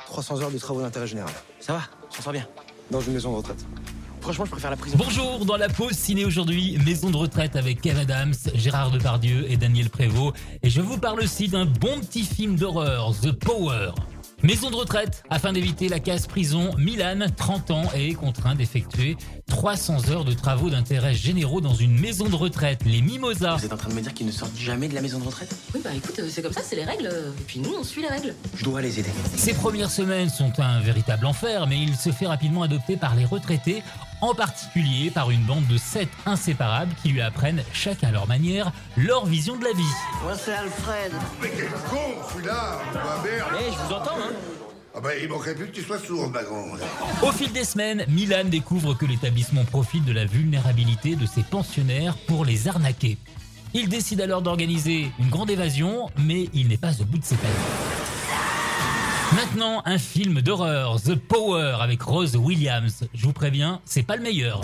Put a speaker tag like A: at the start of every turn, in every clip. A: 300 heures de travaux d'intérêt général.
B: Ça va, j'en sors bien.
A: Dans une maison de retraite.
B: Franchement, je préfère la prison.
C: Bonjour, dans la pause ciné aujourd'hui, Maison de retraite avec Kev Adams, Gérard Depardieu et Daniel Prévost. Et je vous parle aussi d'un bon petit film d'horreur, The Power. Maison de retraite, afin d'éviter la case prison, Milan, 30 ans, est contraint d'effectuer 300 heures de travaux d'intérêt généraux dans une maison de retraite, les Mimosas.
B: Vous êtes en train de me dire qu'ils ne sortent jamais de la maison de retraite
D: Oui, bah écoute, euh, c'est comme ça, c'est les règles. euh, Et puis nous, on suit les règles.
B: Je dois les aider.
C: Ses premières semaines sont un véritable enfer, mais il se fait rapidement adopter par les retraités, en particulier par une bande de sept inséparables qui lui apprennent, chacun à leur manière, leur vision de la vie.
E: Moi, c'est Alfred.
F: Mais quel con, celui-là Ma merde
B: Eh, je vous entends, hein
F: Ah bah, il manquerait plus que tu sois sourd, ma grande
C: Au fil des semaines, Milan découvre que l'établissement profite de la vulnérabilité de ses pensionnaires pour les arnaquer. Il décide alors d'organiser une grande évasion, mais il n'est pas au bout de ses peines. Maintenant, un film d'horreur, The Power, avec Rose Williams. Je vous préviens, c'est pas le meilleur.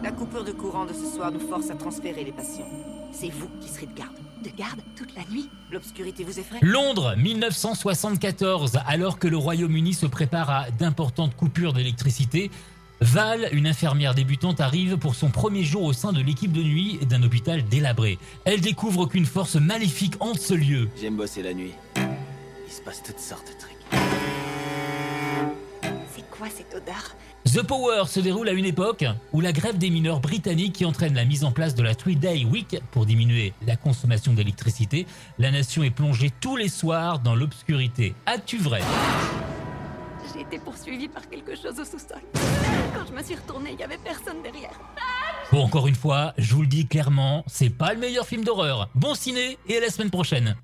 E: La coupure de courant de ce soir nous force à transférer les patients. C'est vous qui serez de garde.
D: De garde toute la nuit
E: L'obscurité vous effraie
C: Londres, 1974, alors que le Royaume-Uni se prépare à d'importantes coupures d'électricité, Val, une infirmière débutante, arrive pour son premier jour au sein de l'équipe de nuit d'un hôpital délabré. Elle découvre qu'une force maléfique hante ce lieu.
G: J'aime bosser la nuit. Il se passe toutes sortes de trucs.
D: C'est quoi cette odeur
C: The Power se déroule à une époque où la grève des mineurs britanniques qui entraîne la mise en place de la Three Day Week pour diminuer la consommation d'électricité, la nation est plongée tous les soirs dans l'obscurité. As-tu vrai
D: J'ai été poursuivie par quelque chose au sous-sol. Quand je me suis retournée, il n'y avait personne derrière.
C: Bon, encore une fois, je vous le dis clairement, c'est pas le meilleur film d'horreur. Bon ciné et à la semaine prochaine.